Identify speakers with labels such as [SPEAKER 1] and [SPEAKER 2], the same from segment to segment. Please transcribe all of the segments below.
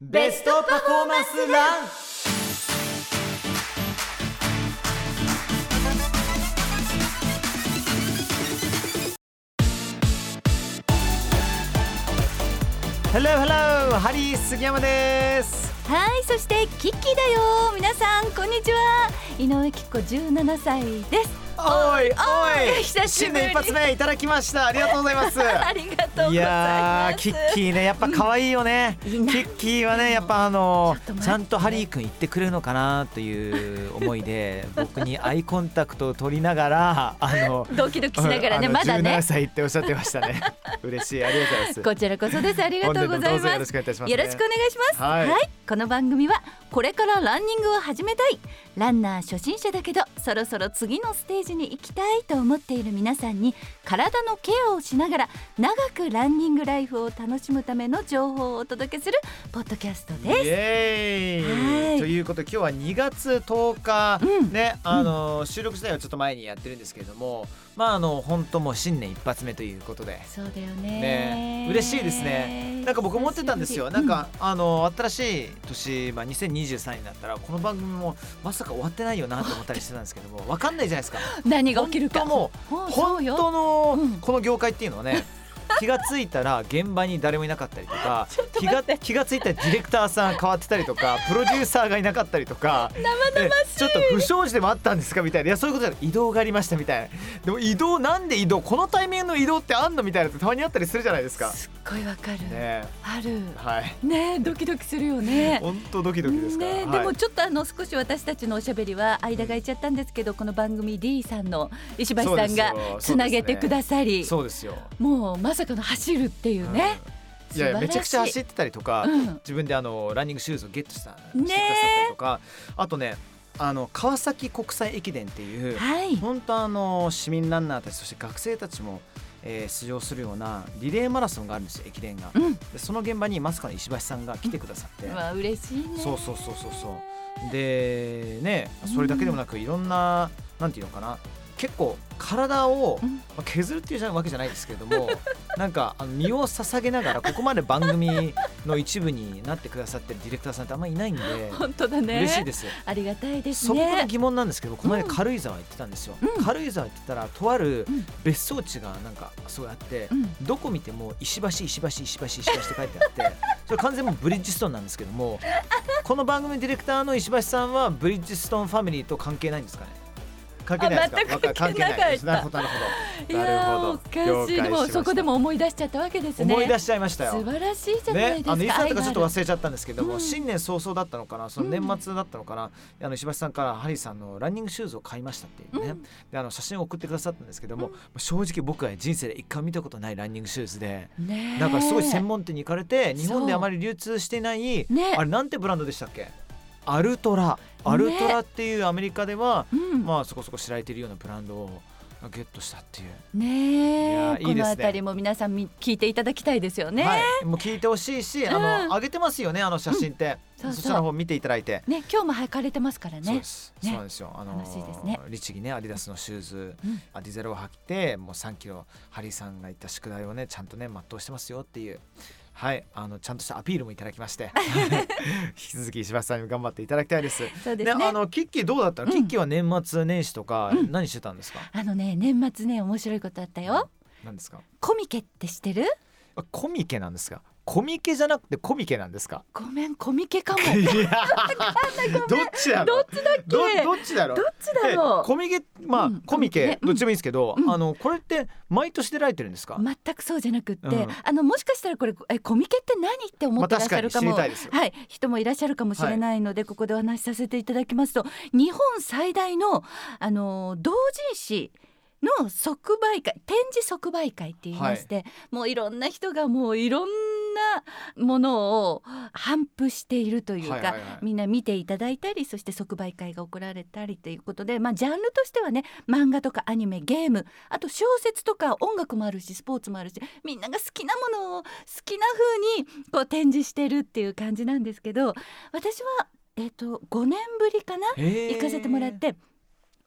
[SPEAKER 1] ベストパフォーマンスランハローハローハリー杉山です
[SPEAKER 2] はいそしてキキだよ皆さんこんにちは井上貴子17歳です
[SPEAKER 1] おいおい
[SPEAKER 2] 久しぶり
[SPEAKER 1] 新年一発目いただきましたありがとうございます
[SPEAKER 2] ありがとうございます
[SPEAKER 1] いやーキッキーねやっぱ可愛いよね、
[SPEAKER 2] うんいいな
[SPEAKER 1] キッキーはねやっぱあの
[SPEAKER 2] ちょっと待って
[SPEAKER 1] ちゃんとハリー君言ってくれるのかなという思いで 僕にアイコンタクトを取りながらあの
[SPEAKER 2] ドキドキしながらね
[SPEAKER 1] うんあ
[SPEAKER 2] ま
[SPEAKER 1] の
[SPEAKER 2] だね
[SPEAKER 1] 17歳っておっしゃってました ね嬉しいありがとうございます
[SPEAKER 2] こちらこそですありがとうご
[SPEAKER 1] 本年も
[SPEAKER 2] ざい
[SPEAKER 1] どうぞよ
[SPEAKER 2] ま
[SPEAKER 1] ろ
[SPEAKER 2] す
[SPEAKER 1] しくお願いいたします、
[SPEAKER 2] よろしくお願いします
[SPEAKER 1] はい
[SPEAKER 2] この番組はこれからランニングを始めたいランナー初心者だけどそろそろ次のステージに行きたいと思っている皆さんに体のケアをしながら長くランニングライフを楽しむための情報をお届けするポッドキャストです
[SPEAKER 1] イエーイ、
[SPEAKER 2] はい
[SPEAKER 1] ということで今日は2月10日、
[SPEAKER 2] うん
[SPEAKER 1] ねあの収録自体はちょっと前にやってるんですけれどもまああの本当もう新年一発目ということで
[SPEAKER 2] そうだよ
[SPEAKER 1] ね
[SPEAKER 2] ね
[SPEAKER 1] え嬉しいですねなんか僕思ってたんですよなん、か、あの新しい年、まあ、2023になったらこの番組もまさか終わってないよなと思ったりしてたんですけど も分かんないじゃないですか
[SPEAKER 2] 久しぶりうん何が起きるか
[SPEAKER 1] 本当もう
[SPEAKER 2] ほそう
[SPEAKER 1] 本
[SPEAKER 2] よ
[SPEAKER 1] 当の
[SPEAKER 2] うん
[SPEAKER 1] この業界っていうのは ね気がついたら現場に誰もいなかったりと か気が気がついたらディレクターさん変わってたりとかプロデューサーがいなかったりとかえちょっと不祥事でもあったんですかみたいないやそういうことじゃない移動がありましたみたいなでも移動なんで移動このタイミングの移動ってあんのみたいなのってたまにあったりするじゃないですか。
[SPEAKER 2] すっごいわかる、
[SPEAKER 1] ね
[SPEAKER 2] ある
[SPEAKER 1] はい
[SPEAKER 2] ねえドキドキするよね
[SPEAKER 1] 本当 ドキドキですから、
[SPEAKER 2] ねえ、
[SPEAKER 1] はい
[SPEAKER 2] でもちょっとあの少し私たちのおしゃべりは間が空いちゃったんですけど、この番組 D さんの石橋さんが
[SPEAKER 1] そうですよ
[SPEAKER 2] つなげてくださり、
[SPEAKER 1] そうですよ、
[SPEAKER 2] もうまさかの走るっていうね、
[SPEAKER 1] うんいやいや
[SPEAKER 2] 素晴らしい
[SPEAKER 1] めちゃくちゃ走ってたりとか、
[SPEAKER 2] うん
[SPEAKER 1] 自分であのランニングシューズをゲットしたしてく
[SPEAKER 2] ねえ
[SPEAKER 1] ださったりとか、あとねあの川崎国際駅伝っていう
[SPEAKER 2] はい
[SPEAKER 1] 本当あの市民ランナーたちそして学生たちも、えー出場するようなリレーマラソンがあるんですよ駅伝が、
[SPEAKER 2] うん
[SPEAKER 1] でその現場にまさかの石橋さんが来てくださって、
[SPEAKER 2] まあ嬉しいね
[SPEAKER 1] そうそうそうそうそうでねそれだけでもなくいろんななんていうのかな結構体を
[SPEAKER 2] うん
[SPEAKER 1] まあ削るっていうわけじゃないですけれども なんかあの身を捧げながらここまで番組の一部になってくださってるディレクターさんってあんまりいないんで
[SPEAKER 2] 本当だ ね
[SPEAKER 1] 嬉しいですよ。
[SPEAKER 2] ありがたいです
[SPEAKER 1] そこが
[SPEAKER 2] ね
[SPEAKER 1] 疑問なんですけど、この間軽井沢行ってたんですよ、
[SPEAKER 2] うん
[SPEAKER 1] 軽井沢行ってたらとある
[SPEAKER 2] うん
[SPEAKER 1] 別荘地がなんかすごいあって、
[SPEAKER 2] うん
[SPEAKER 1] どこ見ても石橋石橋石橋石橋って書いてあって それ完全にもうブリッジストンなんですけどもこの番組のディレクターの石橋さんはブリッジストンファミリーと関係ないんですかね関係ないですか
[SPEAKER 2] あ全く
[SPEAKER 1] わか関係な
[SPEAKER 2] 関係なか
[SPEAKER 1] いで
[SPEAKER 2] った
[SPEAKER 1] すなるほどなるほ
[SPEAKER 2] い
[SPEAKER 1] どな
[SPEAKER 2] や
[SPEAKER 1] る
[SPEAKER 2] ーお
[SPEAKER 1] ほど
[SPEAKER 2] かしい
[SPEAKER 1] 了解し
[SPEAKER 2] で
[SPEAKER 1] ま
[SPEAKER 2] も
[SPEAKER 1] た
[SPEAKER 2] そこでも思い出しちゃったわけですね
[SPEAKER 1] 思い出しちゃいましたよ
[SPEAKER 2] 素晴らしいじゃないで
[SPEAKER 1] ね
[SPEAKER 2] す、か、
[SPEAKER 1] あのいつだったかちょっと
[SPEAKER 2] 愛がある
[SPEAKER 1] 忘れちゃったんですけども、
[SPEAKER 2] うん
[SPEAKER 1] 新年早々だったのかなその年末だったのかな、あの石橋さんからハリーさんのランニングシューズを買いましたっていうね、
[SPEAKER 2] うん
[SPEAKER 1] であの写真を送ってくださったんですけども、正直僕は人生で一回見たことないランニングシューズで。
[SPEAKER 2] ねえ
[SPEAKER 1] だからすごい専門店に行かれて
[SPEAKER 2] そう
[SPEAKER 1] 日本であまり流通してない、
[SPEAKER 2] ね
[SPEAKER 1] あれなんてブランドでしたっけアルトラアルトラっていうアメリカでは、
[SPEAKER 2] うん
[SPEAKER 1] まあそこそこ知られているようなブランドをゲットしたっていういや
[SPEAKER 2] ねえ
[SPEAKER 1] ーいいですね
[SPEAKER 2] このあたりも皆さんみ聞いていただきたいですよね、
[SPEAKER 1] はい、もう聞いてほしいし、あ
[SPEAKER 2] うん
[SPEAKER 1] の上げてますよねあの写真って、
[SPEAKER 2] うんそうそう
[SPEAKER 1] そちらの方見ていただいて、
[SPEAKER 2] ね今日も履かれてますから
[SPEAKER 1] そう
[SPEAKER 2] ね
[SPEAKER 1] です、そ
[SPEAKER 2] ね
[SPEAKER 1] うなんですよあの
[SPEAKER 2] 楽しいですね
[SPEAKER 1] 律儀ねアディダスのシューズ、
[SPEAKER 2] うん
[SPEAKER 1] アディゼロを履いてもう3キロハリーさんが言った宿題をねちゃんとね全うしてますよっていうはいあのちゃんとしたアピールもいただきまして引き続き石橋さんにも頑張っていただきたいです
[SPEAKER 2] そうですね
[SPEAKER 1] あのキッキーどうだったの、
[SPEAKER 2] うん
[SPEAKER 1] キッキーは年末年始とか何してたんですか、
[SPEAKER 2] あのね年末ね面白いことあったよ
[SPEAKER 1] 何ですか
[SPEAKER 2] コミケって知ってる
[SPEAKER 1] あコミケなんですかコミケじゃなくてコミケなんですか
[SPEAKER 2] ごめんコミケかも
[SPEAKER 1] いやどっちだろう
[SPEAKER 2] どっちだっけ
[SPEAKER 1] どどっちだろう
[SPEAKER 2] どっちだろ
[SPEAKER 1] えコミケまあ、
[SPEAKER 2] うん
[SPEAKER 1] コミケ
[SPEAKER 2] コミケねうん
[SPEAKER 1] どっちでもいいんですけど、
[SPEAKER 2] うん
[SPEAKER 1] あのこれって毎年出られてるんですか、
[SPEAKER 2] う全くそうじゃなくって、
[SPEAKER 1] うん
[SPEAKER 2] あのもしかしたらこれえコミケって何って思
[SPEAKER 1] ま
[SPEAKER 2] っ
[SPEAKER 1] あ、
[SPEAKER 2] てらっ
[SPEAKER 1] 確
[SPEAKER 2] しゃ
[SPEAKER 1] か
[SPEAKER 2] る
[SPEAKER 1] に
[SPEAKER 2] か
[SPEAKER 1] 知り
[SPEAKER 2] も、
[SPEAKER 1] たいですよ、
[SPEAKER 2] はい、人もいらっしゃるかもしれないので、ここでお話しさせていただきますと日本最大のあの同人誌の即売会展示即売会って言いまして、もういろんな人がもういろんなものを頒布しているというか、
[SPEAKER 1] はいはいはい
[SPEAKER 2] みんな見ていただいたりそして即売会が行われたりということで、まあ、ジャンルとしてはね漫画とかアニメゲームあと小説とか音楽もあるしスポーツもあるしみんなが好きなものを好きな風にこう展示してるっていう感じなんですけど私は、えっと5年ぶりかな
[SPEAKER 1] へー
[SPEAKER 2] 行かせてもらって。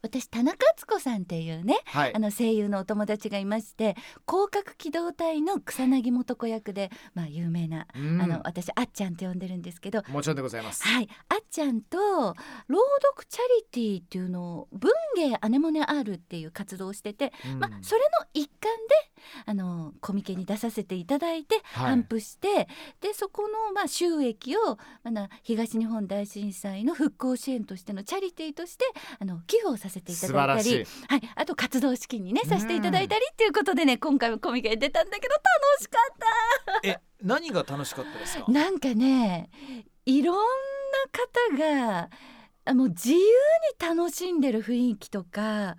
[SPEAKER 2] 私田中敦子さんっていうね
[SPEAKER 1] はい
[SPEAKER 2] あの声優のお友達がいまして広角機動隊の草薙素子役で、まあ、有名な、
[SPEAKER 1] うん
[SPEAKER 2] あの私あっちゃんって呼んでるんですけど、
[SPEAKER 1] もちろんでございます
[SPEAKER 2] はい、あっちゃんと朗読チャリティーっていうのを文芸アネモネ R っていう活動をしてて、
[SPEAKER 1] うん
[SPEAKER 2] まあ、それの一環であのコミケに出させていただいて
[SPEAKER 1] はい
[SPEAKER 2] 頒布して、でそこの、まあ、収益を、まあな、東日本大震災の復興支援としてのチャリティーとしてあの寄付をさせていた
[SPEAKER 1] 素
[SPEAKER 2] だ
[SPEAKER 1] 晴
[SPEAKER 2] いた
[SPEAKER 1] ら
[SPEAKER 2] り
[SPEAKER 1] しい
[SPEAKER 2] はい、あと活動資金にね
[SPEAKER 1] うん
[SPEAKER 2] させていただいたりっていうことでね今回もコミケに出たんだけど楽しかっ
[SPEAKER 1] え何が楽しかったですか
[SPEAKER 2] たなんかねいろんな方があもう自由に楽しんでる雰囲気とか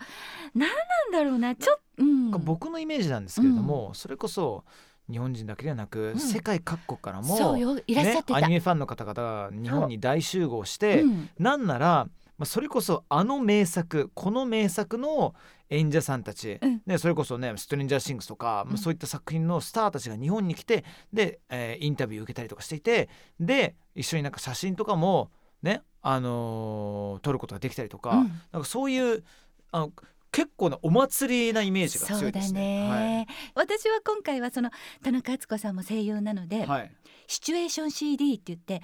[SPEAKER 2] 何なんだろうなちょっと、うん、
[SPEAKER 1] 僕のイメージなんですけれども、それこそ日本人だけではなく、
[SPEAKER 2] うん
[SPEAKER 1] 世界各国からも
[SPEAKER 2] そうよいらっしゃって
[SPEAKER 1] ね、
[SPEAKER 2] た、
[SPEAKER 1] アニメファンの方々が日本に大集合して、
[SPEAKER 2] うん
[SPEAKER 1] なんなら、まあ、それこそあの名作この名作の演者さんたち、
[SPEAKER 2] うん
[SPEAKER 1] ね、それこそね「ストレンジャー・シングス」とか、ま
[SPEAKER 2] う
[SPEAKER 1] あ、
[SPEAKER 2] ん
[SPEAKER 1] そういった作品のスターたちが日本に来てで、えーインタビュー受けたりとかしていてで一緒になんか写真とかもね、あのー撮ることができたりとか、
[SPEAKER 2] うん
[SPEAKER 1] なんかそういうあの結構なお祭りなイメージが
[SPEAKER 2] そ
[SPEAKER 1] 強
[SPEAKER 2] う
[SPEAKER 1] いで
[SPEAKER 2] だ
[SPEAKER 1] すね。
[SPEAKER 2] ね、私は今回はその田中敦子さんも声優なので、
[SPEAKER 1] はいはい
[SPEAKER 2] シチュエーション CD って言って、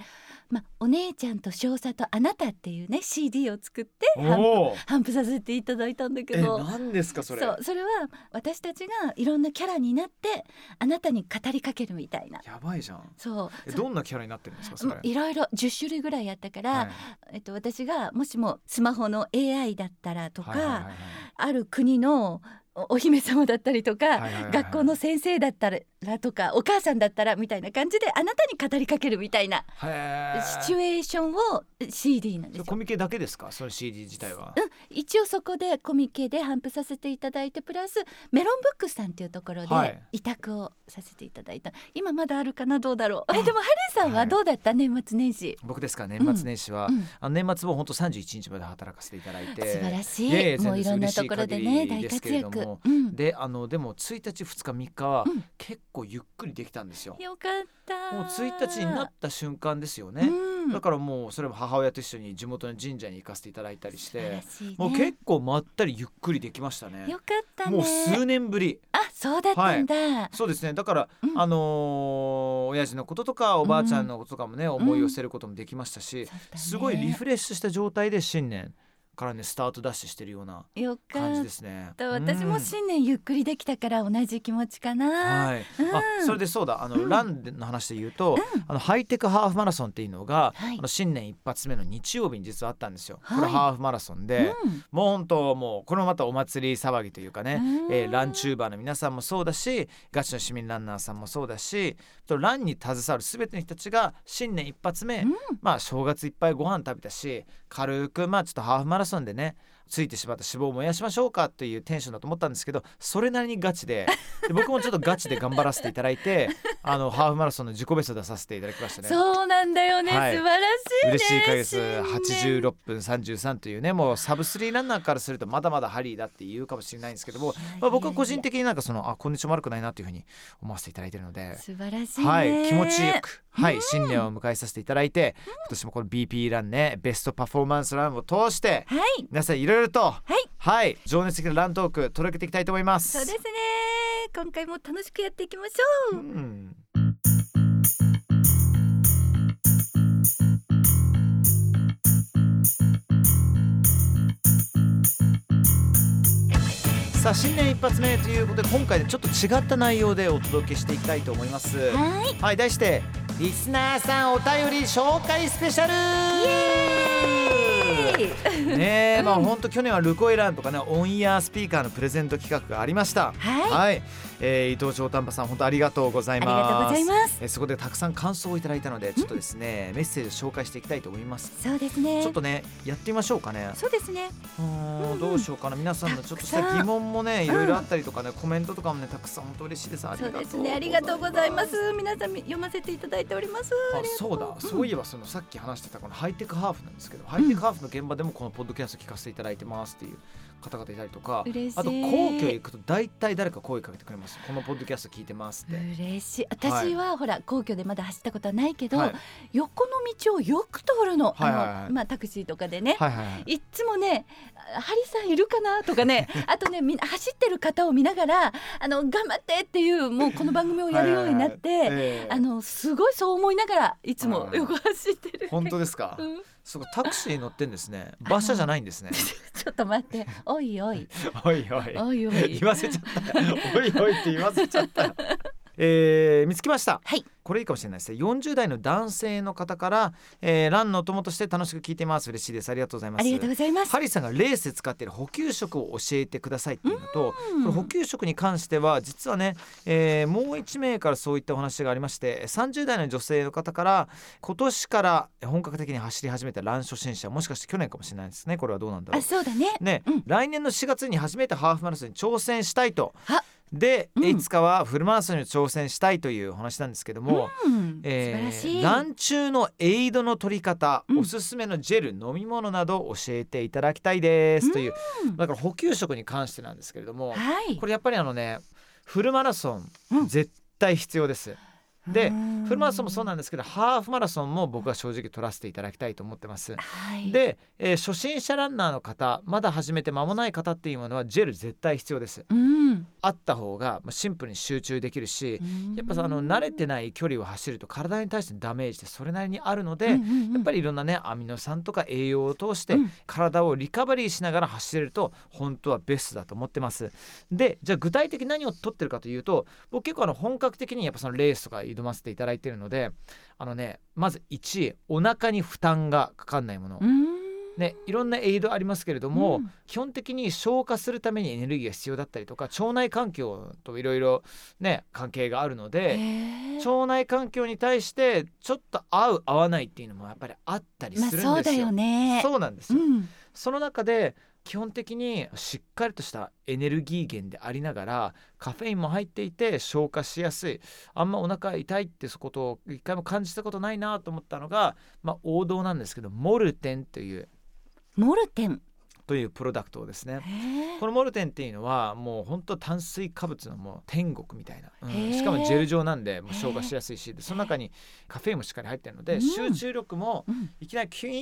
[SPEAKER 2] まあ、お姉ちゃんと少佐とあなたっていうね CD を作って販布
[SPEAKER 1] おー
[SPEAKER 2] 頒布させていただいたんだけ
[SPEAKER 1] え
[SPEAKER 2] ど。
[SPEAKER 1] 何ですかそれ
[SPEAKER 2] うそれは私たちがいろんなキャラになってあなたに語りかけるみたいな
[SPEAKER 1] やばいじゃん
[SPEAKER 2] そう
[SPEAKER 1] え
[SPEAKER 2] そう
[SPEAKER 1] どんなキャラになってるんですかそれ、
[SPEAKER 2] もういろいろ10種類ぐらいやったから、
[SPEAKER 1] はい
[SPEAKER 2] えっと、私がもしもスマホの AI だったらとか、
[SPEAKER 1] はいはいはいはい
[SPEAKER 2] ある国のおお姫様だったりとか、
[SPEAKER 1] はいはいはい
[SPEAKER 2] 学校の先生だったらとかお母さんだったらみたいな感じであなたに語りかけるみたいな
[SPEAKER 1] へー
[SPEAKER 2] シチュエーションを CD なん
[SPEAKER 1] そ
[SPEAKER 2] で
[SPEAKER 1] れ
[SPEAKER 2] す
[SPEAKER 1] コ
[SPEAKER 2] よ。
[SPEAKER 1] ミケだけですかその CD 自体は、
[SPEAKER 2] 一応そこでコミケで頒布させていただいてプラスメロンブックスさんっていうところ
[SPEAKER 1] はい
[SPEAKER 2] で委託をさせていただいた、今まだあるかなどうだろうえでもハリーさんはどうだった、年末年始、
[SPEAKER 1] 僕ですから年末年始は、
[SPEAKER 2] うん
[SPEAKER 1] あの年末も本当31日まで働かせていただいて
[SPEAKER 2] 素晴らしい
[SPEAKER 1] やや全然
[SPEAKER 2] もういろんなところで
[SPEAKER 1] 嬉し
[SPEAKER 2] ね
[SPEAKER 1] い限り
[SPEAKER 2] 大
[SPEAKER 1] です
[SPEAKER 2] 活
[SPEAKER 1] けれど
[SPEAKER 2] 躍、
[SPEAKER 1] も
[SPEAKER 2] うん、
[SPEAKER 1] であのでも1日2日3日は
[SPEAKER 2] うん
[SPEAKER 1] 結構ゆっくりできたんですよ、
[SPEAKER 2] よかった
[SPEAKER 1] もう1日になった瞬間ですよね、
[SPEAKER 2] うん
[SPEAKER 1] だからもうそれも母親と一緒に地元の神社に行かせていただいたりし
[SPEAKER 2] 素晴ら
[SPEAKER 1] て
[SPEAKER 2] しいね
[SPEAKER 1] もう結構まったりゆっくりできましたね
[SPEAKER 2] よかったね
[SPEAKER 1] もう数年ぶり
[SPEAKER 2] あそうだったんだ、
[SPEAKER 1] そうですねだから、
[SPEAKER 2] うん
[SPEAKER 1] あのー親父のこととかおばあちゃんのこととかもね、思い寄せることもできましたし、
[SPEAKER 2] そうだね
[SPEAKER 1] すごいリフレッシュした状態で新年からねスタートダッシュしてるような
[SPEAKER 2] よ
[SPEAKER 1] 感
[SPEAKER 2] か
[SPEAKER 1] じ
[SPEAKER 2] っ
[SPEAKER 1] ですね。
[SPEAKER 2] た私も
[SPEAKER 1] うん
[SPEAKER 2] 新年ゆっくりできたから同じ気持ちかな、
[SPEAKER 1] はい、
[SPEAKER 2] うん
[SPEAKER 1] あそれでそうだあの、
[SPEAKER 2] うん
[SPEAKER 1] ランの話で言うと、あのハイテクハーフマラソンっていうのが、
[SPEAKER 2] はい
[SPEAKER 1] あの新年一発目の日曜日に実はあったんですよ。
[SPEAKER 2] はい
[SPEAKER 1] これハーフマラソンで、
[SPEAKER 2] うん
[SPEAKER 1] もう本当もうこれもまたお祭り騒ぎというかね
[SPEAKER 2] う、ん
[SPEAKER 1] えーランチューバーの皆さんもそうだしガチの市民ランナーさんもそうだしとランに携わる全ての人たちが新年一発目、
[SPEAKER 2] うん
[SPEAKER 1] まあ正月いっぱいご飯食べたし軽くまあちょっとハーフマラソンでねついてしまった脂肪を燃やしましょうかっていうテンションだと思ったんですけどそれなりにガチでで僕もちょっとガチで頑張らせていただい てあのハーフマラソンの自己ベスト出させていただきましたね。
[SPEAKER 2] そうなんだよね、
[SPEAKER 1] はい
[SPEAKER 2] 素晴らしいね
[SPEAKER 1] 嬉しい限りです
[SPEAKER 2] 新年
[SPEAKER 1] 86分33というねもうサブスリーランナーからするとまだまだハリーだって言うかもしれないんですけども
[SPEAKER 2] いやいやいや、
[SPEAKER 1] まあ、僕は個人的になんかそのあこんにちは悪くないなというふうに思わせていただいているので。
[SPEAKER 2] 素晴らしいね、
[SPEAKER 1] はい、気持ちよく、はい、新年を迎えさせていただいて今年もこの BP ランねベストパフォーマンスランを通して
[SPEAKER 2] はい
[SPEAKER 1] 皆さんいろいろとはい情熱的なラントーク届けていきたいと思います。
[SPEAKER 2] そうですね今回も楽しくやっていきましょ
[SPEAKER 1] う
[SPEAKER 2] う、
[SPEAKER 1] んさあ新年一発目ということで今回でちょっと違った内容でお届けしていきたいと思いますは
[SPEAKER 2] はい
[SPEAKER 1] い題してリスナーさんお便り紹介スペシャルねえ、まあ本当去年はルコイランとかねオンイヤースピーカーのプレゼント企画がありました
[SPEAKER 2] はい
[SPEAKER 1] えー伊藤長丹波さん本当ありがとうございます
[SPEAKER 2] ありがとうございます
[SPEAKER 1] えーそこでたくさん感想をいただいたのでちょっとですね、メッセージを紹介していきたいと思います
[SPEAKER 2] そうですね
[SPEAKER 1] ちょっとねやってみましょうかね
[SPEAKER 2] そうですね
[SPEAKER 1] うーんどうしようかな皆さんのちょっとした
[SPEAKER 2] たくさん
[SPEAKER 1] 疑問もね
[SPEAKER 2] ん
[SPEAKER 1] いろいろあったりとかね、コメントとかもねたくさん本当嬉しいですあり
[SPEAKER 2] そ
[SPEAKER 1] が
[SPEAKER 2] う
[SPEAKER 1] とう
[SPEAKER 2] ですねありがとうございます皆さん読ませていただいております
[SPEAKER 1] あそうだ、そういえばそのさっき話してたこのハイテクハーフなんですけど、ハイテクハースの現場でもこのポッドキャスト聞かせていただいてますっていう方々いたりとか
[SPEAKER 2] 嬉しい
[SPEAKER 1] あと皇居へ行くと大体誰か声かけてくれますこのポッドキャスト聞いてますって。
[SPEAKER 2] 嬉しい私は、ほら皇居でまだ走ったことはないけど、
[SPEAKER 1] はい
[SPEAKER 2] 横の道をよく通るの,、
[SPEAKER 1] はいはいはい
[SPEAKER 2] あのまあ、タクシーとかでね、
[SPEAKER 1] はいはいはい
[SPEAKER 2] いっつもねあハリさんいるかなとか ねあとねみんな走ってる方を見ながらあの頑張ってっていうもうこの番組をやるようになって、
[SPEAKER 1] はいはいはいええ
[SPEAKER 2] あのすごいそう思いながらいつも
[SPEAKER 1] はい
[SPEAKER 2] 横走ってる、
[SPEAKER 1] 本当ですか
[SPEAKER 2] うん
[SPEAKER 1] そうかタクシー乗ってんですね馬車じゃないんですね
[SPEAKER 2] ちょっと待っておい おい
[SPEAKER 1] おいおい
[SPEAKER 2] おいおい
[SPEAKER 1] 言わせちゃった。おいおいって言わせちゃった。えー見つけました、
[SPEAKER 2] はい
[SPEAKER 1] これいいかもしれないですね40代の男性の方から、えー、ランのお供として楽しく聞いてます嬉しいですありがとうございます
[SPEAKER 2] ありがとうございます。
[SPEAKER 1] ハリーさんがレースで使っている補給食を教えてくださいっていうのと
[SPEAKER 2] うん
[SPEAKER 1] この補給食に関しては実はね、えーもう一名からそういったお話がありまして30代の女性の方から今年から本格的に走り始めたラン初心者もしかして去年かもしれないですねこれはどうなんだろう
[SPEAKER 2] あそうだね。
[SPEAKER 1] ね、
[SPEAKER 2] うん
[SPEAKER 1] 来年の4月に初めてハーフマラソンに挑戦したいと
[SPEAKER 2] あ
[SPEAKER 1] で、
[SPEAKER 2] うん
[SPEAKER 1] いつかはフルマラソンに挑戦したいというお話なんですけども、
[SPEAKER 2] うん、
[SPEAKER 1] えー
[SPEAKER 2] 素晴らしい。
[SPEAKER 1] ラン中のエイドの取り方、
[SPEAKER 2] うん
[SPEAKER 1] おすすめのジェル飲み物などを教えていただきたいですという、
[SPEAKER 2] うん
[SPEAKER 1] だから補給食に関してなんですけれども、
[SPEAKER 2] はい
[SPEAKER 1] こ。れやっぱりあのねフルマラソン、
[SPEAKER 2] うん
[SPEAKER 1] 絶対必要です。で
[SPEAKER 2] うん
[SPEAKER 1] フルマラソンもそうなんですけどハーフマラソンも僕は正直取らせていただきたいと思ってます。
[SPEAKER 2] はい。
[SPEAKER 1] で、えー初心者ランナーの方まだ始めて間もない方っていうものはジェル絶対必要です
[SPEAKER 2] うん、
[SPEAKER 1] あった方がまあシンプルに集中できるしやっぱさあの慣れてない距離を走ると体に対してダメージってそれなりにあるので、
[SPEAKER 2] うんうんうん
[SPEAKER 1] やっぱりいろんなねアミノ酸とか栄養を通して
[SPEAKER 2] うん
[SPEAKER 1] 体をリカバリーしながら走れると本当はベストだと思ってますでじゃあ具体的に何を取ってるかというと僕結構あの本格的にやっぱそのレースとか挑ませていただいてるのであのねまず1位お腹に負担がかかんないもの、
[SPEAKER 2] うん
[SPEAKER 1] ね、いろんなエイドありますけれども、
[SPEAKER 2] うん
[SPEAKER 1] 基本的に消化するためにエネルギーが必要だったりとか腸内環境といろいろね関係があるの
[SPEAKER 2] へ
[SPEAKER 1] で、
[SPEAKER 2] ー
[SPEAKER 1] 腸内環境に対してちょっと合う合わないっていうのもやっぱりあったりする
[SPEAKER 2] ま
[SPEAKER 1] ん
[SPEAKER 2] あ
[SPEAKER 1] ですよ。
[SPEAKER 2] そうだよね。
[SPEAKER 1] そうなんです
[SPEAKER 2] う
[SPEAKER 1] よ、
[SPEAKER 2] ん、
[SPEAKER 1] その中で基本的にしっかりとしたエネルギー源でありながらカフェインも入っていて消化しやすいあんまお腹痛いってそことを一回も感じたことないなと思ったのが、まあ、王道なんですけどモルテンという
[SPEAKER 2] モルテン。
[SPEAKER 1] というプロダクトをですね
[SPEAKER 2] へー
[SPEAKER 1] このモルテンっていうのはもう本当炭水化物のもう天国みたいな、うん
[SPEAKER 2] へー
[SPEAKER 1] しかもジェル状なんでもう消化しやすいしでその中にカフェインもしっかり入ってるの
[SPEAKER 2] う
[SPEAKER 1] で
[SPEAKER 2] ん
[SPEAKER 1] 集中力も
[SPEAKER 2] うん
[SPEAKER 1] いきなりキュイ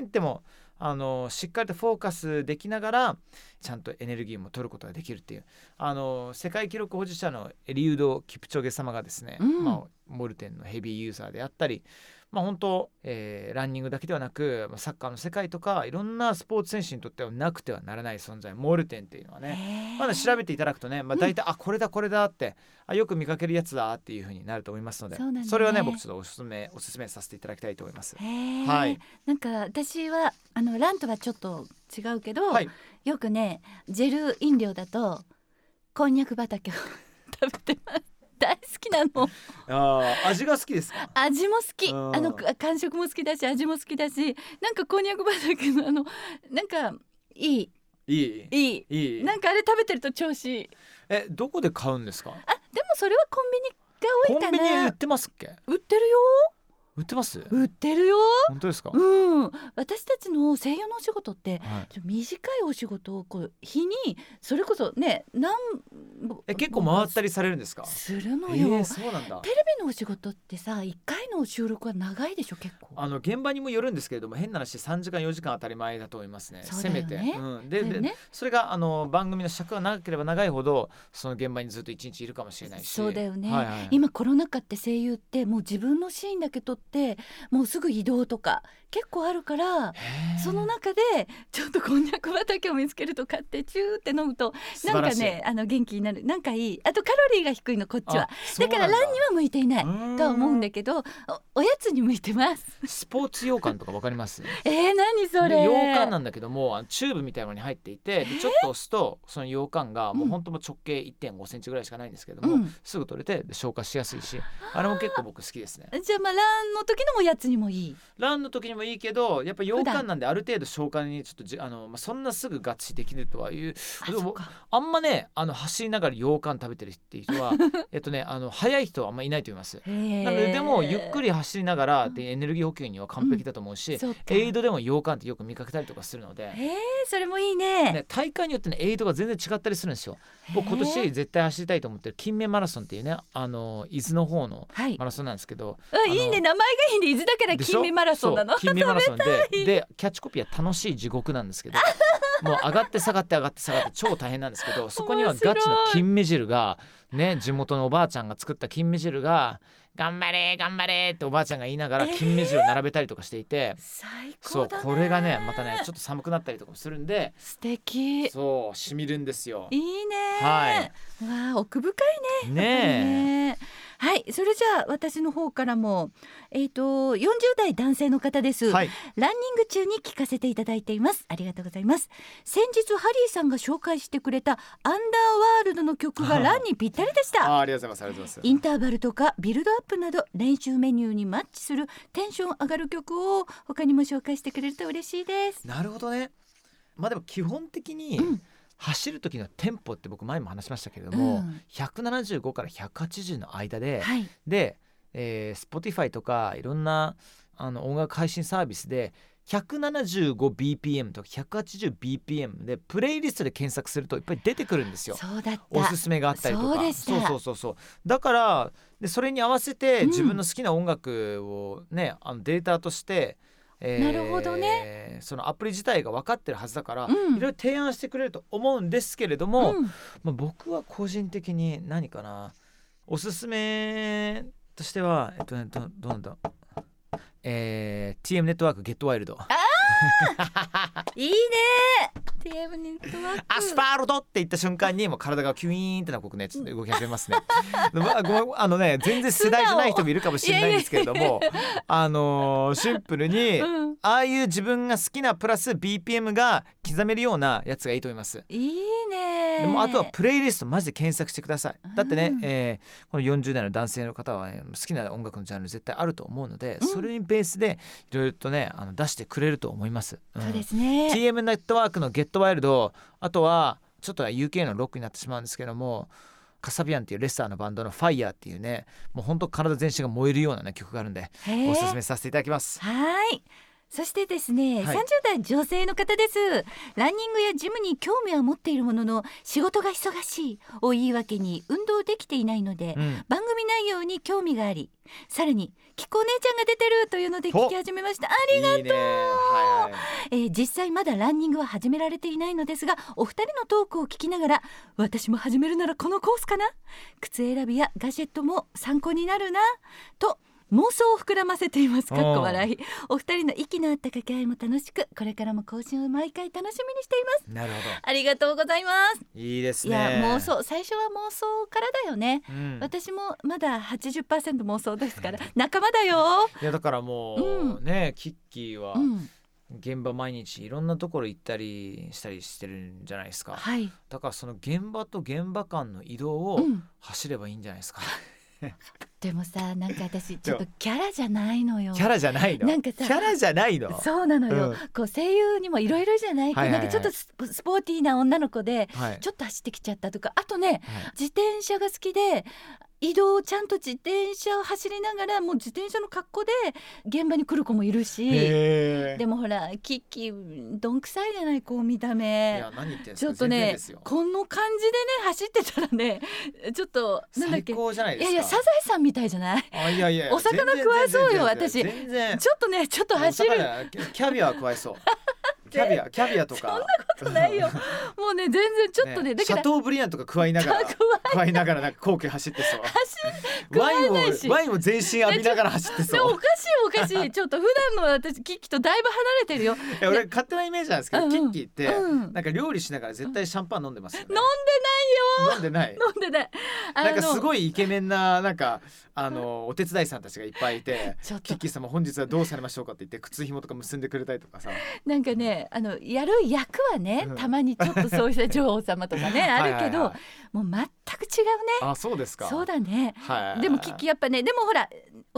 [SPEAKER 1] ーンってもあのしっかりとフォーカスできながらちゃんとエネルギーも取ることができるっていうあの世界記録保持者のエリウド・キプチョゲ様がですね、
[SPEAKER 2] うん
[SPEAKER 1] まあ、モルテンのヘビーユーザーであったり、まあ、本当、えーランニングだけではなくまあサッカーの世界とかいろんなスポーツ選手にとってはなくてはならない存在モルテンっていうのはね、
[SPEAKER 2] へー
[SPEAKER 1] まだ調べていただくとね、まあ、大体、あこれだこれだってあよく見かけるやつだっていうふうになると思いますので
[SPEAKER 2] そうなんだね
[SPEAKER 1] れはね僕ちょっとおすすめおすすめさせていただきたいと思います。
[SPEAKER 2] へー
[SPEAKER 1] はい
[SPEAKER 2] なんか私はあのランとはちょっと違うけど、
[SPEAKER 1] はい
[SPEAKER 2] よくねジェル飲料だとこんにゃく畑を 食べてます。大好きなの
[SPEAKER 1] あー味が好きですか
[SPEAKER 2] 味も好き
[SPEAKER 1] うん
[SPEAKER 2] あのく感触も好きだし味も好きだしなんかこんにゃく畑のあのなんかいい
[SPEAKER 1] いい
[SPEAKER 2] いい
[SPEAKER 1] いい
[SPEAKER 2] なんかあれ食べてると調子いい
[SPEAKER 1] えどこで買うんですか
[SPEAKER 2] あでもそれはコンビ
[SPEAKER 1] コ
[SPEAKER 2] ニ
[SPEAKER 1] ン
[SPEAKER 2] が多いか
[SPEAKER 1] ビ
[SPEAKER 2] な
[SPEAKER 1] ニで売ってますっけ
[SPEAKER 2] 売ってるよ
[SPEAKER 1] 売ってます
[SPEAKER 2] 売ってるよ
[SPEAKER 1] 本当ですか、
[SPEAKER 2] うん私たちの声優のお仕事って
[SPEAKER 1] はい、
[SPEAKER 2] ちょ短いお仕事をこう日にそれこそね何
[SPEAKER 1] え結構回ったりされるんですか
[SPEAKER 2] する
[SPEAKER 1] え
[SPEAKER 2] のよ、
[SPEAKER 1] ー、そうなんだ
[SPEAKER 2] テレビのお仕事ってさ一回の収録は長いでしょ結構
[SPEAKER 1] あの現場にもよるんですけれども変な話3時間4時間当たり前だと思いますね
[SPEAKER 2] そうだよね
[SPEAKER 1] せめて、うん、で
[SPEAKER 2] だ
[SPEAKER 1] で
[SPEAKER 2] よね
[SPEAKER 1] それがあの番組の尺が長ければ長いほどその現場にずっと一日いるかもしれないし
[SPEAKER 2] そうだよね
[SPEAKER 1] はいはい
[SPEAKER 2] 今コロナ禍って声優ってもう自分のシーンだけ撮ってもうすぐ移動とか結構あるから
[SPEAKER 1] へー
[SPEAKER 2] その中でちょっとこんにゃく畑を見つけると買ってチューって飲むと
[SPEAKER 1] 素
[SPEAKER 2] な
[SPEAKER 1] 晴
[SPEAKER 2] ん
[SPEAKER 1] ら
[SPEAKER 2] か
[SPEAKER 1] しい
[SPEAKER 2] ねあの元気になるなんかいいあとカロリーが低いのこっちは
[SPEAKER 1] あそう
[SPEAKER 2] だ
[SPEAKER 1] な
[SPEAKER 2] か
[SPEAKER 1] ん
[SPEAKER 2] らランには向いていないとは思うんだけどおおやつに向いてます
[SPEAKER 1] うーんスポーツ羊羹とかわかります
[SPEAKER 2] えー、何そ
[SPEAKER 1] で
[SPEAKER 2] れ
[SPEAKER 1] 羊羹なんだけどもあのチューブみたいなのに入っていてでちょっと押すとその羊羹がもう本当もう直径1 5センチぐらいしかないんですけども、
[SPEAKER 2] うん
[SPEAKER 1] すぐ取れてで消化しやすいしあれも結構僕好きですね
[SPEAKER 2] じゃあまあランの時のおやつにもいい
[SPEAKER 1] ランの時にもいいけどやっぱ洋館なんである程度消化にちょっとじあの、まあ、そんなすぐ合致できるとはいうで
[SPEAKER 2] そっ
[SPEAKER 1] も
[SPEAKER 2] か
[SPEAKER 1] あんまねあの走りながら洋館食べてるっていう人 はえっとねあの早い人はあんまいないと思います。な
[SPEAKER 2] な
[SPEAKER 1] のででもゆっく
[SPEAKER 2] り
[SPEAKER 1] り走りながらでエネルギー補給には完璧だと思うし、
[SPEAKER 2] そうか
[SPEAKER 1] エイドでも洋館ってよく見かけたりとかするので、
[SPEAKER 2] えー、それもいいね
[SPEAKER 1] ね、大会によってねエイドが全然違ったりするんですよ。僕今
[SPEAKER 2] へ
[SPEAKER 1] 年
[SPEAKER 2] ー
[SPEAKER 1] 絶対走りたいと思ってる金目マラソンっていうねあの伊豆の方の
[SPEAKER 2] はい
[SPEAKER 1] マラソンなんですけど、
[SPEAKER 2] あいいね名前がいいね伊豆だから
[SPEAKER 1] でしょ
[SPEAKER 2] 金目マラソンなの
[SPEAKER 1] そう金目マラソン ででキャッチコピーは楽しい地獄なんですけどもう上がって下がって上がって下がって超大変なんですけ どそこにはガチの金目汁がね地元のおばあちゃんが作った金目汁が「頑張れ頑張れ」っておばあちゃんが言いながら
[SPEAKER 2] えー
[SPEAKER 1] 金目汁を並べたりとかしていて、
[SPEAKER 2] 最
[SPEAKER 1] そ
[SPEAKER 2] 高
[SPEAKER 1] う
[SPEAKER 2] だね
[SPEAKER 1] これがねまたねちょっと寒くなったりとかもするんで
[SPEAKER 2] 素敵
[SPEAKER 1] そうしみるんですよ
[SPEAKER 2] い。いね
[SPEAKER 1] は
[SPEAKER 2] わあ奥深い
[SPEAKER 1] ねえ。
[SPEAKER 2] ねえはいそれじゃあ私の方からもえっ、と40代男性の方です、
[SPEAKER 1] はい、
[SPEAKER 2] ランニング中に聞かせていただいていますありがとうございます先日ハリーさんが紹介してくれたアンダーワールドの曲がランにぴったりでした
[SPEAKER 1] あありがとうございますありがとうございます。
[SPEAKER 2] インターバルとかビルドアップなど練習メニューにマッチするテンション上がる曲を他にも紹介してくれると嬉しいです
[SPEAKER 1] なるほどね。まあでも基本的に
[SPEAKER 2] うん
[SPEAKER 1] 走る時のテンポって僕前も話しましたけれども、
[SPEAKER 2] うん
[SPEAKER 1] 175から180の間で、
[SPEAKER 2] はい
[SPEAKER 1] で、えー、Spotify とかいろんなあの音楽配信サービスで 175bpm とか 180bpm でプレイリストで検索するといっぱい出てくるんですよ。
[SPEAKER 2] そうだった
[SPEAKER 1] おすすめがあったりとか
[SPEAKER 2] そうでした
[SPEAKER 1] そうそうそうだからでそれに合わせて
[SPEAKER 2] うん
[SPEAKER 1] 自分の好きな音楽をね、あのデータとして、え
[SPEAKER 2] なるほど
[SPEAKER 1] ねそのアプリ自体が分かってるはずだから、
[SPEAKER 2] うん
[SPEAKER 1] いろいろ提案してくれると思うんですけれども、
[SPEAKER 2] うん
[SPEAKER 1] まあ、僕は個人的に何かなおすすめとしてはえっとねどどうなんだえー、TM ネットワークゲットワイルド
[SPEAKER 2] いいね TM ネットワーク
[SPEAKER 1] アスファルトって言った瞬間にもう体がキュイーンってな僕ねちょっと動き始め ますね。でまあごめんあのね全然世代じゃない人もいるかもしれないんですけれども、 あのーシンプルに。
[SPEAKER 2] うん
[SPEAKER 1] ああいう自分が好きなプラス BPM が刻めるようなやつがいいと思います。
[SPEAKER 2] いいね
[SPEAKER 1] でもあとはプレイリストマジで検索してください。だってね、
[SPEAKER 2] うん
[SPEAKER 1] えーこの40代の男性の方は、ね、好きな音楽のジャンル絶対あると思うので、
[SPEAKER 2] うん
[SPEAKER 1] それにベースでいろいろとねあの出してくれると思います。うん
[SPEAKER 2] そうですね、
[SPEAKER 1] TM ネットワークの「ゲットワイルドあとはちょっとは UK のロックになってしまうんですけどもカサビアンっていうレスターのバンドの「ファイヤーっていうねもうほんと体全身が燃えるような、ね、曲があるんで
[SPEAKER 2] へえ
[SPEAKER 1] おすすめさせていただきます。
[SPEAKER 2] はい。そしてですね、
[SPEAKER 1] はい
[SPEAKER 2] 30代女性の方です。ランニングやジムに興味は持っているものの、仕事が忙しいを言い訳に運動できていないので、
[SPEAKER 1] うん、
[SPEAKER 2] 番組内容に興味があり、さらに、きこお姉ちゃんが出てるというので聞き始めました。ありがとう
[SPEAKER 1] いいねはいはい
[SPEAKER 2] えー実際まだランニングは始められていないのですがお二人のトークを聞きながら私も始めるならこのコースかな靴選びやガジェットも参考になるなと妄想を膨らませていますかっこ笑いお二人の息の合った掛け合いも楽しくこれからも更新を毎回楽しみにしています
[SPEAKER 1] なるほ
[SPEAKER 2] ありがとうございます
[SPEAKER 1] どいいです
[SPEAKER 2] い
[SPEAKER 1] ね。
[SPEAKER 2] や妄想最初は妄想からだよね
[SPEAKER 1] うん
[SPEAKER 2] 私もまだ80%妄想ですから仲間だよ、
[SPEAKER 1] いやだからもう、
[SPEAKER 2] う
[SPEAKER 1] ねキッキーは
[SPEAKER 2] うん、
[SPEAKER 1] 現場毎日いろんなところ行ったりしたりしてるんじゃないですか、
[SPEAKER 2] はい、
[SPEAKER 1] だからその現場と現場間の移動を
[SPEAKER 2] うん、
[SPEAKER 1] 走ればいいんじゃないですか、
[SPEAKER 2] でもさなんか私ちょっとキャラじゃないのよ
[SPEAKER 1] キャラじゃないの
[SPEAKER 2] なんか
[SPEAKER 1] キ
[SPEAKER 2] さ
[SPEAKER 1] ャラじゃないの
[SPEAKER 2] そうなのよ、
[SPEAKER 1] うん
[SPEAKER 2] こう声優にもいろいろじゃない,、
[SPEAKER 1] はいはいはい
[SPEAKER 2] なんかちょっとスポスポーティーな女の子で
[SPEAKER 1] はい
[SPEAKER 2] ちょっと走ってきちゃったとかあとね
[SPEAKER 1] はい
[SPEAKER 2] 自転車が好きで移動をちゃんと自転車を走りながらもう自転車の格好で現場に来る子もいるし
[SPEAKER 1] へー
[SPEAKER 2] でもほらキッキーどんくさいじゃないこう見た
[SPEAKER 1] い
[SPEAKER 2] 目
[SPEAKER 1] や何言ってんす
[SPEAKER 2] ち
[SPEAKER 1] か
[SPEAKER 2] ょっと
[SPEAKER 1] 全然
[SPEAKER 2] ね
[SPEAKER 1] ですよ
[SPEAKER 2] この感じでね走ってたらねちょっとなんだっ
[SPEAKER 1] 最
[SPEAKER 2] けい
[SPEAKER 1] 高じゃないです
[SPEAKER 2] や
[SPEAKER 1] か
[SPEAKER 2] いやサザエさんみたいじゃない
[SPEAKER 1] あいやいや
[SPEAKER 2] お魚食わそうよ私
[SPEAKER 1] 全然
[SPEAKER 2] ちょっとねちょっと走る
[SPEAKER 1] お魚キャキャビアは食わい そうキャビアキャビアとかそんなこと
[SPEAKER 2] ないよもうね全然ちょっとねだ
[SPEAKER 1] シ
[SPEAKER 2] か
[SPEAKER 1] ャ
[SPEAKER 2] ら
[SPEAKER 1] トーブリアンとか食わいなが ら
[SPEAKER 2] 怖い
[SPEAKER 1] 食わいながらなんか高級走ってそう
[SPEAKER 2] 食わ
[SPEAKER 1] ワイ
[SPEAKER 2] れ
[SPEAKER 1] ンを
[SPEAKER 2] ないし
[SPEAKER 1] ワインを全身浴びながら走って
[SPEAKER 2] でもお
[SPEAKER 1] そう
[SPEAKER 2] かしいおかし いちょっと普段の私キッキとだいぶ離れてるよ、
[SPEAKER 1] いや俺勝手なイメージなんですけ
[SPEAKER 2] う
[SPEAKER 1] ど
[SPEAKER 2] ん
[SPEAKER 1] キッキーって
[SPEAKER 2] うん、飲んで
[SPEAKER 1] なんか料理しながら絶対シャンパン飲んでますよね
[SPEAKER 2] 飲んで
[SPEAKER 1] 飲んでない
[SPEAKER 2] 飲んでないあ
[SPEAKER 1] なんかす
[SPEAKER 2] い
[SPEAKER 1] ごいイケメンななんかあのお手伝いさんたちがいっぱいい て
[SPEAKER 2] ちょっ
[SPEAKER 1] キ
[SPEAKER 2] と
[SPEAKER 1] ッキー様本日はどうされましょうかって言って靴紐とか結んでくれたりとかさ
[SPEAKER 2] なんかねあのやる役はね、
[SPEAKER 1] うん
[SPEAKER 2] たまにちょっとそうした女王様とかねあるけど
[SPEAKER 1] はいはいはい
[SPEAKER 2] もう全く違うね
[SPEAKER 1] あそうですか
[SPEAKER 2] そうだね
[SPEAKER 1] はい
[SPEAKER 2] でもキッキやっぱねでもほら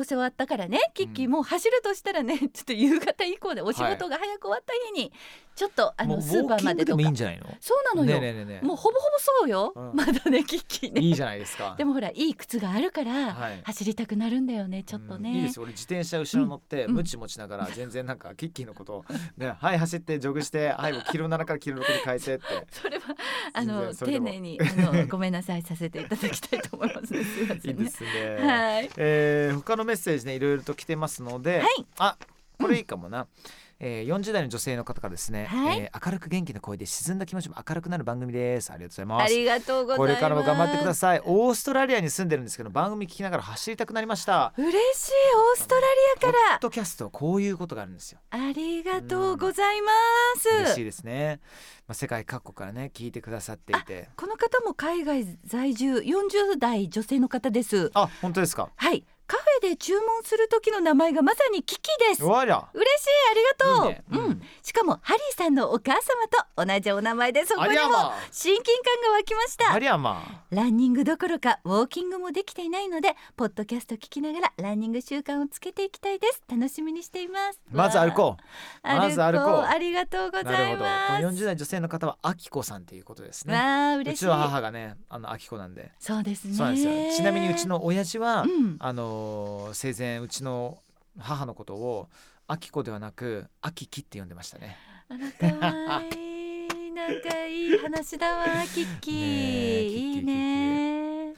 [SPEAKER 2] 教わったからねキッキーもう走るとしたらね ちょっと夕方以降でお仕事が早く終わった日にちょっとあ
[SPEAKER 1] もう
[SPEAKER 2] の
[SPEAKER 1] ウ
[SPEAKER 2] スー
[SPEAKER 1] ォ
[SPEAKER 2] パ
[SPEAKER 1] ー
[SPEAKER 2] ー
[SPEAKER 1] キ
[SPEAKER 2] ま
[SPEAKER 1] ング
[SPEAKER 2] で
[SPEAKER 1] で
[SPEAKER 2] と
[SPEAKER 1] も
[SPEAKER 2] か
[SPEAKER 1] いいんじゃないの
[SPEAKER 2] そうなの
[SPEAKER 1] ね
[SPEAKER 2] よ
[SPEAKER 1] えねえねえねえ
[SPEAKER 2] もうほぼほぼそうよ、
[SPEAKER 1] うん
[SPEAKER 2] まだねキッキーね
[SPEAKER 1] いいじゃないですか
[SPEAKER 2] でもほらいい靴があるから、
[SPEAKER 1] はい
[SPEAKER 2] 走りたくなるんだよねちょっとね、
[SPEAKER 1] うんいいですよ俺自転車後ろ乗って
[SPEAKER 2] うん
[SPEAKER 1] ムチ持ちながら全然なんかキッキーのことをねはい走ってジョグしてはいもうキロ7からキロ6に変えてって
[SPEAKER 2] それはあ
[SPEAKER 1] 全
[SPEAKER 2] の
[SPEAKER 1] 然それで
[SPEAKER 2] 丁
[SPEAKER 1] も
[SPEAKER 2] 寧にあ のごめんなさいさせていただきたいと思いますね。すいませ
[SPEAKER 1] いい
[SPEAKER 2] んね。
[SPEAKER 1] ですね。
[SPEAKER 2] はい。
[SPEAKER 1] えー、他のメッセージねいろいろと来てますので、
[SPEAKER 2] はい
[SPEAKER 1] あこれいいかもな。えー、40代の女性の方からですね、
[SPEAKER 2] はい
[SPEAKER 1] えー明るく元気な声で沈んだ気持ちも明るくなる番組ですありがとうございま
[SPEAKER 2] あ
[SPEAKER 1] す
[SPEAKER 2] りがとうございます。
[SPEAKER 1] これからも頑張ってくだ
[SPEAKER 2] さ
[SPEAKER 1] さいオーストラリアに住んでるんですけど番組聞きながら走りたくなりました
[SPEAKER 2] い。嬉しいオーストラリアか
[SPEAKER 1] ポッドキャストこういうことがあるんですよ
[SPEAKER 2] ら。ありがとうございま
[SPEAKER 1] 嬉し
[SPEAKER 2] す。
[SPEAKER 1] いですね、まあ、世界各国からね聞いてくださっていて
[SPEAKER 2] この方も海外在住40代女性の方です。
[SPEAKER 1] あ本当ですか
[SPEAKER 2] はい。カフェで注文する時の名前がまさにキキです。
[SPEAKER 1] わりゃ
[SPEAKER 2] 嬉しいありがとう
[SPEAKER 1] いいねうん
[SPEAKER 2] うん、しかもハリーさんのお母様と同じお名前でそこ
[SPEAKER 1] あ
[SPEAKER 2] に
[SPEAKER 1] りゃ
[SPEAKER 2] も
[SPEAKER 1] ま
[SPEAKER 2] 親近感が湧きました
[SPEAKER 1] ありゃま
[SPEAKER 2] ランニングどころかウォーキングもできていないのでポッドキャスト聞きながらランニング習慣をつけていきたいです楽しみにしています
[SPEAKER 1] まず歩
[SPEAKER 2] う
[SPEAKER 1] こ
[SPEAKER 2] わ
[SPEAKER 1] まず歩こう
[SPEAKER 2] ありがとうご
[SPEAKER 1] うな
[SPEAKER 2] ざ
[SPEAKER 1] る
[SPEAKER 2] い
[SPEAKER 1] ほどこ
[SPEAKER 2] ま
[SPEAKER 1] の
[SPEAKER 2] す
[SPEAKER 1] 40代女性の方はあきこさんということですね
[SPEAKER 2] わあ
[SPEAKER 1] う
[SPEAKER 2] 嬉し
[SPEAKER 1] ち
[SPEAKER 2] い
[SPEAKER 1] の母がねあのあきこなんで
[SPEAKER 2] そうですね
[SPEAKER 1] そうなんですよちなみにうちの親父は、
[SPEAKER 2] うん
[SPEAKER 1] あのー生前うちの母のことをあきこではなくあききって呼んでましたね
[SPEAKER 2] あらかわいいなんかいい話だわキッキー、
[SPEAKER 1] ねえキッキー
[SPEAKER 2] いいね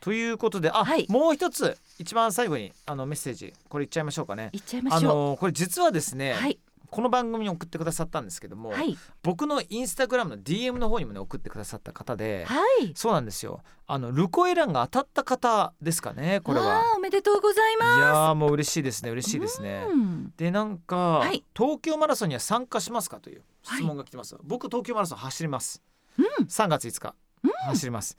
[SPEAKER 1] ということであ、
[SPEAKER 2] はい
[SPEAKER 1] もう一つ一番最後にあのメッセージこれいっちゃいましょうかね
[SPEAKER 2] いっちゃいま
[SPEAKER 1] あ
[SPEAKER 2] しょう、
[SPEAKER 1] のーこれ実はですね、
[SPEAKER 2] はい
[SPEAKER 1] この番組に送ってくださったんですけども、
[SPEAKER 2] はい
[SPEAKER 1] 僕のインスタグラムの DM の方にもね送ってくださった方で、
[SPEAKER 2] はい
[SPEAKER 1] そうなんですよあのルコエランが当たった方ですかねこれ
[SPEAKER 2] わ
[SPEAKER 1] は
[SPEAKER 2] あおめでとうござい
[SPEAKER 1] い
[SPEAKER 2] ま
[SPEAKER 1] やーもう嬉しいですね嬉しいですね
[SPEAKER 2] す、うん
[SPEAKER 1] でなんか、
[SPEAKER 2] い
[SPEAKER 1] 東京マラソンには参加しますかという質問が来てます、僕東京マラソン走ります、
[SPEAKER 2] うん
[SPEAKER 1] 3月5日、走ります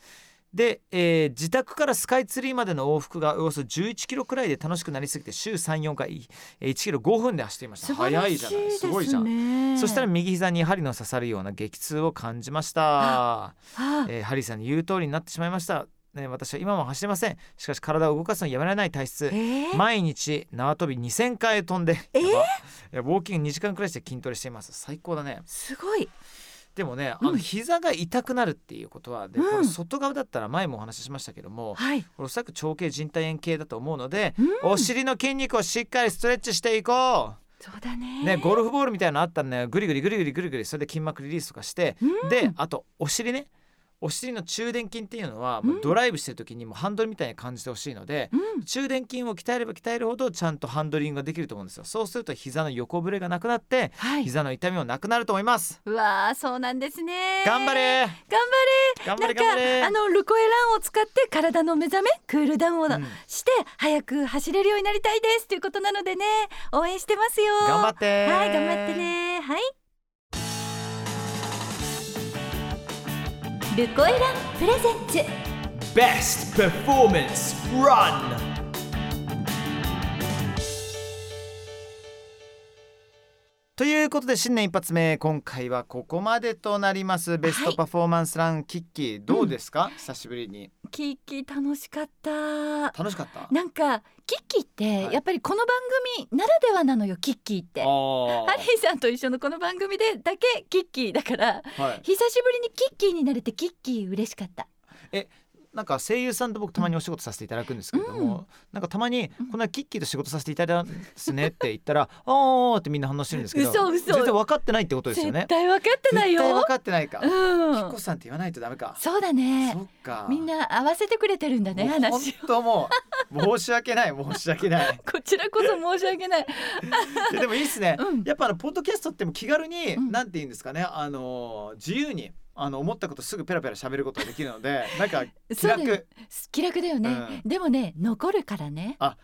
[SPEAKER 1] で、えー自宅からスカイツリーまでの往復がおよそ11キロくらいで楽しくなりすぎて週34回えー1キロ5分で走っていました
[SPEAKER 2] 素晴ら
[SPEAKER 1] 早
[SPEAKER 2] し
[SPEAKER 1] い
[SPEAKER 2] い
[SPEAKER 1] じ
[SPEAKER 2] で
[SPEAKER 1] ゃ
[SPEAKER 2] す
[SPEAKER 1] ない
[SPEAKER 2] ね
[SPEAKER 1] すごいじゃんそしたら右膝に針の刺さるような激痛を感じました、
[SPEAKER 2] あ
[SPEAKER 1] えーハリーさんの言う通りになってしまいました、ね、私は今も走れませんしかし体を動かすのをやめられない体質
[SPEAKER 2] えー
[SPEAKER 1] 毎日縄跳び2000回飛んで、
[SPEAKER 2] えー
[SPEAKER 1] やばいやウォーキング2時間くらいして筋トレしています最高だね
[SPEAKER 2] すごい
[SPEAKER 1] でもねあ
[SPEAKER 2] うん
[SPEAKER 1] の膝が痛くなるっていうことはで
[SPEAKER 2] うん
[SPEAKER 1] これ外側だったら前もお話ししましたけども、
[SPEAKER 2] はい
[SPEAKER 1] これおそらく長径靭帯炎系だと思うので、
[SPEAKER 2] うん
[SPEAKER 1] お尻の筋肉をしっかりストレッチしていこ
[SPEAKER 2] そうだ
[SPEAKER 1] う、
[SPEAKER 2] ね
[SPEAKER 1] ね、ゴルフボールみたいなのあったらねグリグリグリグリグリグリそれで筋膜リリースとかして、
[SPEAKER 2] うん
[SPEAKER 1] であとお尻ねお尻の中殿筋っていうのはもうドライブしてる時にもうハンドルみたいに感じてほしいので、
[SPEAKER 2] うん
[SPEAKER 1] 中殿筋を鍛えれば鍛えるほどちゃんとハンドリングができると思うんですよそうすると膝の横ぶれがなくなって
[SPEAKER 2] はい
[SPEAKER 1] 膝の痛みもなくなると思います
[SPEAKER 2] うわあそうなんですね
[SPEAKER 1] 頑張れ
[SPEAKER 2] 頑
[SPEAKER 1] 頑
[SPEAKER 2] 張
[SPEAKER 1] 張
[SPEAKER 2] れ
[SPEAKER 1] れ
[SPEAKER 2] な
[SPEAKER 1] 頑張
[SPEAKER 2] ん
[SPEAKER 1] れ
[SPEAKER 2] かあのルコエランを使って体の目覚めクールダウンを
[SPEAKER 1] うん
[SPEAKER 2] して早く走れるようになりたいですということなのでね応援してますよ
[SPEAKER 1] 頑張って
[SPEAKER 2] はい頑張ってねはいルコエランプレゼンツ
[SPEAKER 1] Best Performance Run ということで新年一発目今回はここまでとなりますベス
[SPEAKER 2] は
[SPEAKER 1] ト
[SPEAKER 2] い
[SPEAKER 1] パフォーマンスラン、キッキーどうですか、久しぶりに
[SPEAKER 2] キッキー楽しかった
[SPEAKER 1] 楽しかった
[SPEAKER 2] なんかキッキーって、
[SPEAKER 1] はい
[SPEAKER 2] やっぱりこの番組ならではなのよキッキーって。ハ
[SPEAKER 1] あ
[SPEAKER 2] リーさんと一緒のこの番組でだけキッキーだから
[SPEAKER 1] ーはい
[SPEAKER 2] 久しぶりにキッキーになれてキッキー嬉しかった。
[SPEAKER 1] なんか声優さんと僕たまにお仕事させていただくんですけれども、
[SPEAKER 2] うん
[SPEAKER 1] なんかたまに
[SPEAKER 2] うん
[SPEAKER 1] 「こんなキッキーと仕事させていただいたんですね」って言ったら「おー」ってみんな反応してるんですけど
[SPEAKER 2] 嘘嘘
[SPEAKER 1] 全然分かってないってことですよね
[SPEAKER 2] 絶。対分かってない
[SPEAKER 1] 絶対
[SPEAKER 2] よ
[SPEAKER 1] 分。かってないか。
[SPEAKER 2] う
[SPEAKER 1] キッ
[SPEAKER 2] ん
[SPEAKER 1] コ。さんって言わないとダメか。
[SPEAKER 2] そうだね
[SPEAKER 1] そ。っか。
[SPEAKER 2] みんな合わせてくれてるんだね
[SPEAKER 1] もう
[SPEAKER 2] 話を。
[SPEAKER 1] 本当もう申し訳ない申し訳 ない。
[SPEAKER 2] こちらこそ申し訳ない。
[SPEAKER 1] いやでもいいですね。
[SPEAKER 2] うん
[SPEAKER 1] やっぱあのポッドキャストってもう気軽に、
[SPEAKER 2] うん
[SPEAKER 1] なんて言うんですかねあの自由にあの思ったことすぐペラペラ喋ることができるの でなんか気
[SPEAKER 2] そうだよ
[SPEAKER 1] 楽。
[SPEAKER 2] 気楽だよね。でもね残るからね。今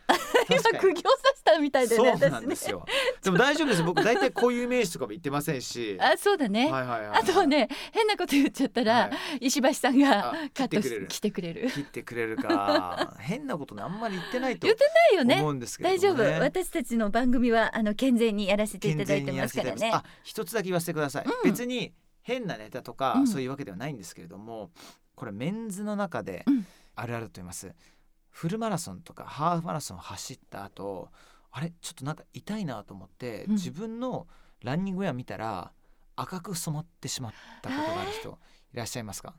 [SPEAKER 1] 確かに
[SPEAKER 2] 苦行させたみたいでね
[SPEAKER 1] そうなんですよ。でも大丈夫です。 僕大体こういう名詞とかも言ってませんし。
[SPEAKER 2] 私ねあそうだね。
[SPEAKER 1] はいはいはいはい。
[SPEAKER 2] あとね変なこと言っちゃったら、
[SPEAKER 1] は
[SPEAKER 2] 石橋さんが
[SPEAKER 1] あ
[SPEAKER 2] カット
[SPEAKER 1] 切ってくれる
[SPEAKER 2] し来てくれる。
[SPEAKER 1] 切ってくれるか。変なことねあんまり言ってないと
[SPEAKER 2] 言ってないよね。
[SPEAKER 1] 思うんですけれ
[SPEAKER 2] 大
[SPEAKER 1] ど
[SPEAKER 2] 丈
[SPEAKER 1] も
[SPEAKER 2] 夫、
[SPEAKER 1] ね。
[SPEAKER 2] 私たちの番組はあの健全にやらせていただ
[SPEAKER 1] 健
[SPEAKER 2] いて
[SPEAKER 1] 全に
[SPEAKER 2] ますから
[SPEAKER 1] やらせてい
[SPEAKER 2] ね
[SPEAKER 1] ただいてますあ、一つだけ言わせてください。
[SPEAKER 2] うん
[SPEAKER 1] 別に変なネタとか、
[SPEAKER 2] うん
[SPEAKER 1] そういうわけではないんですけれども、これメンズの中で
[SPEAKER 2] うん
[SPEAKER 1] あるあると言います。フルマラソンとかハーフマラソン走った後あれちょっとなんか痛いなと思って、
[SPEAKER 2] うん
[SPEAKER 1] 自分のランニングウェア見たら赤く染まってしまったことがある人いらっしゃいますか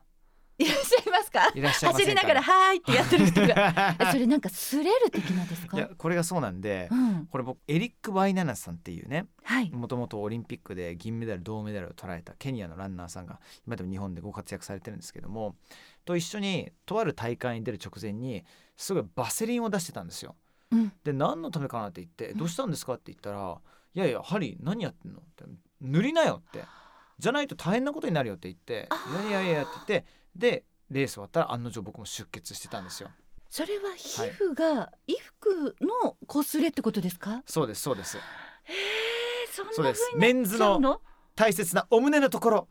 [SPEAKER 2] いらっしゃいますか
[SPEAKER 1] いらっしゃいません
[SPEAKER 2] 走
[SPEAKER 1] か
[SPEAKER 2] りながら「はーい」ってやってる人 がえそれなんかスレる的なです
[SPEAKER 1] いや
[SPEAKER 2] か
[SPEAKER 1] これがそうなんで、
[SPEAKER 2] うん
[SPEAKER 1] これ僕エリック・ワイナナさんっていうね
[SPEAKER 2] はい
[SPEAKER 1] もともとオリンピックで銀メダル銅メダルを取られたケニアのランナーさんが今でも日本でご活躍されてるんですけどもと一緒にとある大会に出る直前にすごいバセリンを出してたんですよ。
[SPEAKER 2] うん
[SPEAKER 1] で何のためかなって言って「どうしたんですか?」って言ったら「いやいやハリー何やってんの?」って「塗りなよ」って「じゃないと大変なことになるよ」って言って
[SPEAKER 2] あ
[SPEAKER 1] 「いやいやいや」って言ってでレース終わったら案の定僕も出血してたんですよ。
[SPEAKER 2] それは皮膚が衣服のこすれってことですか、
[SPEAKER 1] そうですそうです
[SPEAKER 2] えーそんな
[SPEAKER 1] そうです
[SPEAKER 2] 風
[SPEAKER 1] メ
[SPEAKER 2] にな
[SPEAKER 1] ン
[SPEAKER 2] っ
[SPEAKER 1] ズ
[SPEAKER 2] ちゃ
[SPEAKER 1] の
[SPEAKER 2] うの
[SPEAKER 1] 大切なお胸のところ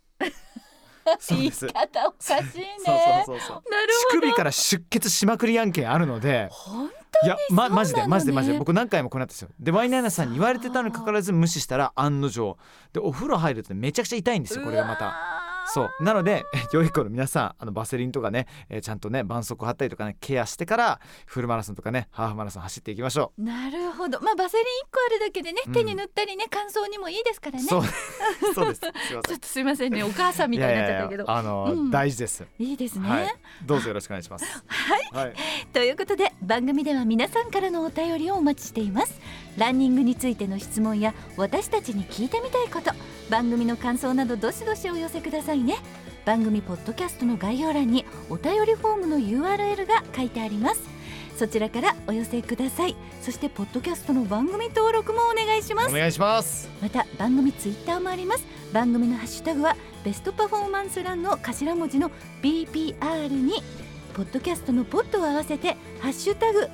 [SPEAKER 1] そう
[SPEAKER 2] 言
[SPEAKER 1] で
[SPEAKER 2] い
[SPEAKER 1] す
[SPEAKER 2] 方おかしい
[SPEAKER 1] そ
[SPEAKER 2] ね
[SPEAKER 1] うそうそうそう
[SPEAKER 2] なる
[SPEAKER 1] 乳首から出血しまくり案件あるので
[SPEAKER 2] ほど本
[SPEAKER 1] いや、ま、マジで
[SPEAKER 2] そうなのね
[SPEAKER 1] マジでマジで僕何回もこうなったんですよでワイナーナさんに言われてたのにかかわらず無視したら案の定でお風呂入るとめちゃくちゃ痛いんですよこれがまた。
[SPEAKER 2] た
[SPEAKER 1] そうなので 良い子の皆さんあのバセリンとかね、えーちゃんとね絆創膏貼ったりとかねケアしてからフルマラソンとかねハーフマラソン走っていきましょ
[SPEAKER 2] なるほどまあバセリン一個あるだけでね、
[SPEAKER 1] うん
[SPEAKER 2] 手に塗ったりね乾燥にもいいですから
[SPEAKER 1] う、
[SPEAKER 2] ね
[SPEAKER 1] そう そうで すすいま
[SPEAKER 2] ち
[SPEAKER 1] せ
[SPEAKER 2] ょ
[SPEAKER 1] ん
[SPEAKER 2] っとすいませんねお母さんみたいになっちゃったけど
[SPEAKER 1] いやいやいやあの、
[SPEAKER 2] うん
[SPEAKER 1] 大事です、
[SPEAKER 2] いいですね、
[SPEAKER 1] はいどうぞよろしくお願いしますはい、はい、
[SPEAKER 2] ということで番組では皆さんからのお便りをお待ちしていますランニングについての質問や私たちに聞いてみたいこと番組の感想などどしどしお寄せくださいね番組ポッドキャストの概要欄にお便りフォームの URL が書いてありますそちらからお寄せくださいそしてポッドキャストの番組登録もお願いします
[SPEAKER 1] お願いします
[SPEAKER 2] また番組ツイッターもあります番組のハッシュタグはベストパフォーマンス欄の頭文字の BPR にポッドキャストのポッドを合わせてハッシュタグ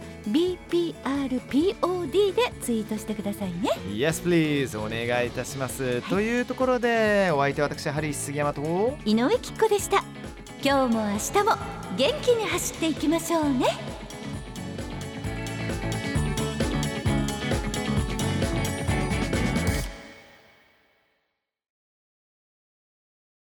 [SPEAKER 2] BPRPOD でツイートしてくださいね
[SPEAKER 1] Yes please お願いいたします、というところでお相手は私ハリー杉山と
[SPEAKER 2] 井上きっ子でした今日も明日も元気に走っていきましょうね